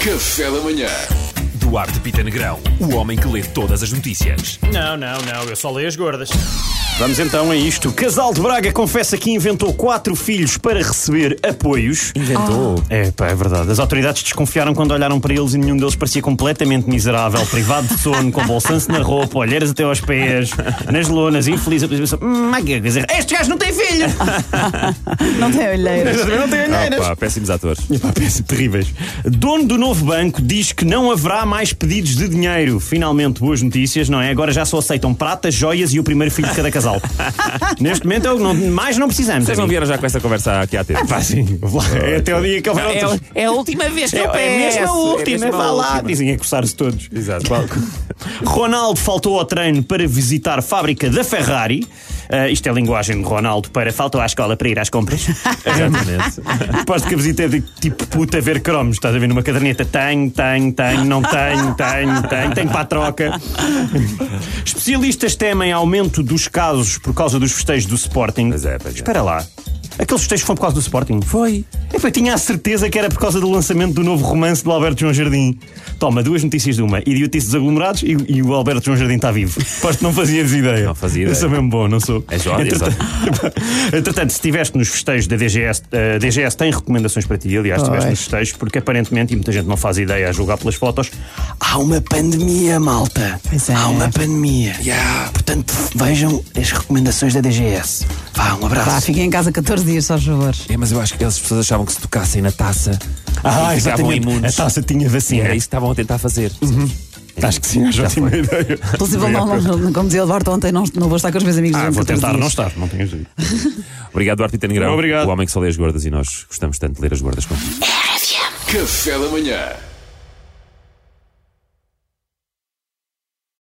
Café da Manhã. Duarte Pita Negrão, o homem que lê todas as notícias. Não, não, não, eu só leio as gordas. Vamos então a isto. Casal de Braga confessa que inventou quatro filhos para receber apoios. Ah. Inventou. É, pá, é verdade. As autoridades desconfiaram quando olharam para eles e nenhum deles parecia completamente miserável, privado de sono, com bolsanço na roupa, olheiras até aos pés, nas lonas, infeliz. A pessoa pensou, hum, mas que quer dizer, este gajo não tem filhos! Não tem olheiras. não tem olheiras! péssimos atores. Epá, peço- terríveis. Dono do novo banco diz que não haverá mais pedidos de dinheiro. Finalmente, boas notícias, não é? Agora já só aceitam pratas, joias e o primeiro filho de cada casal. Neste momento, é o que não- mais não precisamos. Vocês não amigo. vieram já com esta conversa aqui há tempo? Pá, sim. É até o dia que houver É, outros. é a última vez que eu peço. É mesmo a última, mesmo a vá lá. última. Dizem a coçar-se todos. Exato. Ronaldo faltou ao treino para visitar a fábrica da Ferrari. Ah, isto é a linguagem de Ronaldo para faltou à escola para ir às compras. é. Exatamente. Aposto que a visita é de tipo puta ver cromos. Estás a ver numa caderneta? Tenho, tenho, tenho, não tenho, tenho, tenho, tenho para a troca. Especialistas temem aumento dos casos por causa dos festejos do Sporting. Pois é, pois é. Espera lá. Aqueles festejos foram por causa do Sporting? Foi. Eu tinha a certeza que era por causa do lançamento do novo romance do Alberto João Jardim. Toma, duas notícias de uma: idiotices aglomerados e, e o Alberto João Jardim está vivo. Aposto que não fazias ideia. Não fazia ideia. Eu sou mesmo bom, não sou? É jovem, é Entretanto, Entretanto, se estiveste nos festejos da DGS, a DGS tem recomendações para ti. Aliás, se estiveste nos festejos, porque aparentemente, e muita gente não faz ideia a julgar pelas fotos, há uma pandemia, malta. Pois é. Há uma pandemia. Portanto, vejam as recomendações da DGS. Vá, um abraço. Pá, Ah, fiquei em casa 14 dias, só favor. É, mas eu acho que as pessoas achavam que se tocassem na taça Ah, e ficavam É. Uhum. exatamente. imunes. A taça tinha E vacina. Era isso que estavam a tentar fazer. Acho que sim, acho Já ótima ideia. Possível, não, não, não- como dizia o Duarte ontem, não, não vou estar com os meus amigos. é Ah, durante vou 14 tentar dias. não estar, não tenho dúvida. Obrigado, Duarte Pita Negrão. Obrigado. O homem que só lê as gordas e nós gostamos tanto de ler as gordas contigo. Café da Manhã.